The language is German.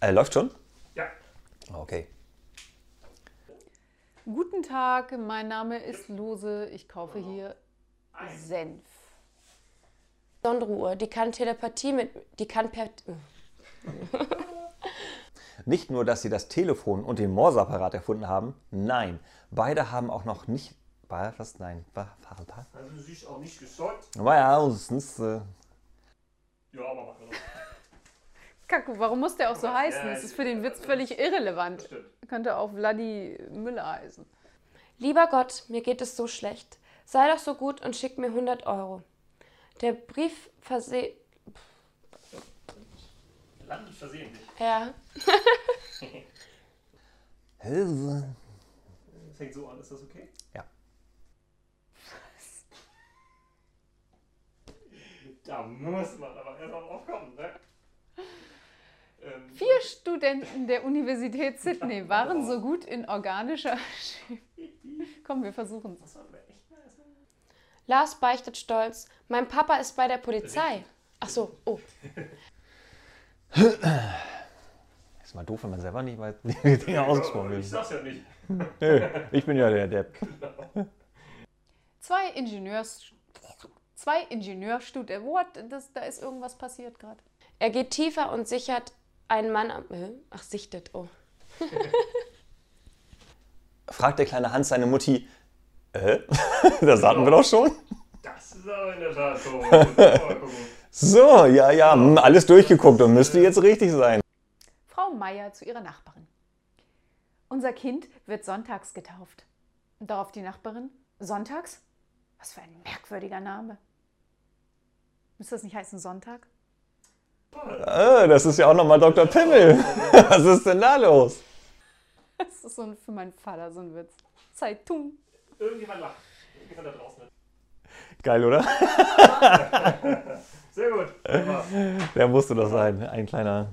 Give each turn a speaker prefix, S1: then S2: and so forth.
S1: Äh, läuft schon?
S2: Ja.
S1: Okay.
S3: Guten Tag, mein Name ist Lose. Ich kaufe
S2: Genau.
S3: hier Senf.
S4: Besondere Uhr, die kann Telepathie mit. Die kann per.
S1: Nicht nur, dass sie das Telefon und den Morseapparat erfunden haben, nein, beide haben auch noch nicht. war Was? Nein. war- war- war-
S2: Also sie ist auch nicht gesäugt.
S1: war ja, das ist, äh,
S2: Ja, aber machen wir
S3: Kacke, warum muss der auch so heißen?
S2: Ja,
S3: Das ist für den Witz völlig irrelevant.
S2: Stimmt.
S3: Könnte auch Vladi Müller heißen.
S4: Lieber Gott, mir geht es so schlecht. Sei doch so gut und schick mir 100 Euro. Der Brief verse.
S2: Land nicht versehentlich.
S4: Ja.
S1: Hilfe.
S2: Das fängt so an, ist das okay?
S1: Ja.
S2: Da muss man aber erstmal drauf kommen, ne? Ähm,
S3: Vier Studenten der Universität Sydney waren
S2: genau.
S3: so gut in organischer Chemie. Komm, wir versuchen es.
S2: das war aber echt nice.
S4: Lars beichtet stolz: Mein Papa ist bei der Polizei. Ach so, oh.
S1: Ist mal doof, wenn man selber nicht weiß, wie die Dinge ausgesprochen werden.
S2: Ich sag's ja nicht.
S1: Nö, Ich bin ja der Depp.
S3: Zwei Ingenieurs. Zwei Ingenieurstudenten. What? Das, da ist irgendwas passiert gerade.
S4: Er geht tiefer und sichert einen Mann am. Äh, Ach, sichtet, oh.
S1: Fragt der kleine Hans seine Mutti, äh? Das hatten wir doch schon.
S2: Das ist aber in der Tat so. Das ist aber gucken.
S1: So, ja, ja, hm, alles durchgeguckt und müsste jetzt richtig sein.
S3: Frau Meier zu ihrer Nachbarin. Unser Kind wird sonntags getauft. Und darauf die Nachbarin. Sonntags? Was für ein merkwürdiger Name. Müsste das nicht heißen Sonntag?
S1: Ah, das ist ja auch nochmal Dr. Pimmel. Was ist denn da los?
S3: Das ist so ein, für meinen Vater so ein Witz. Zeitung.
S2: Irgendjemand lacht. Irgendjemand da draußen.
S1: Geil, oder?
S2: Sehr gut. Wunderbar.
S1: Wer musste das sein? Ein kleiner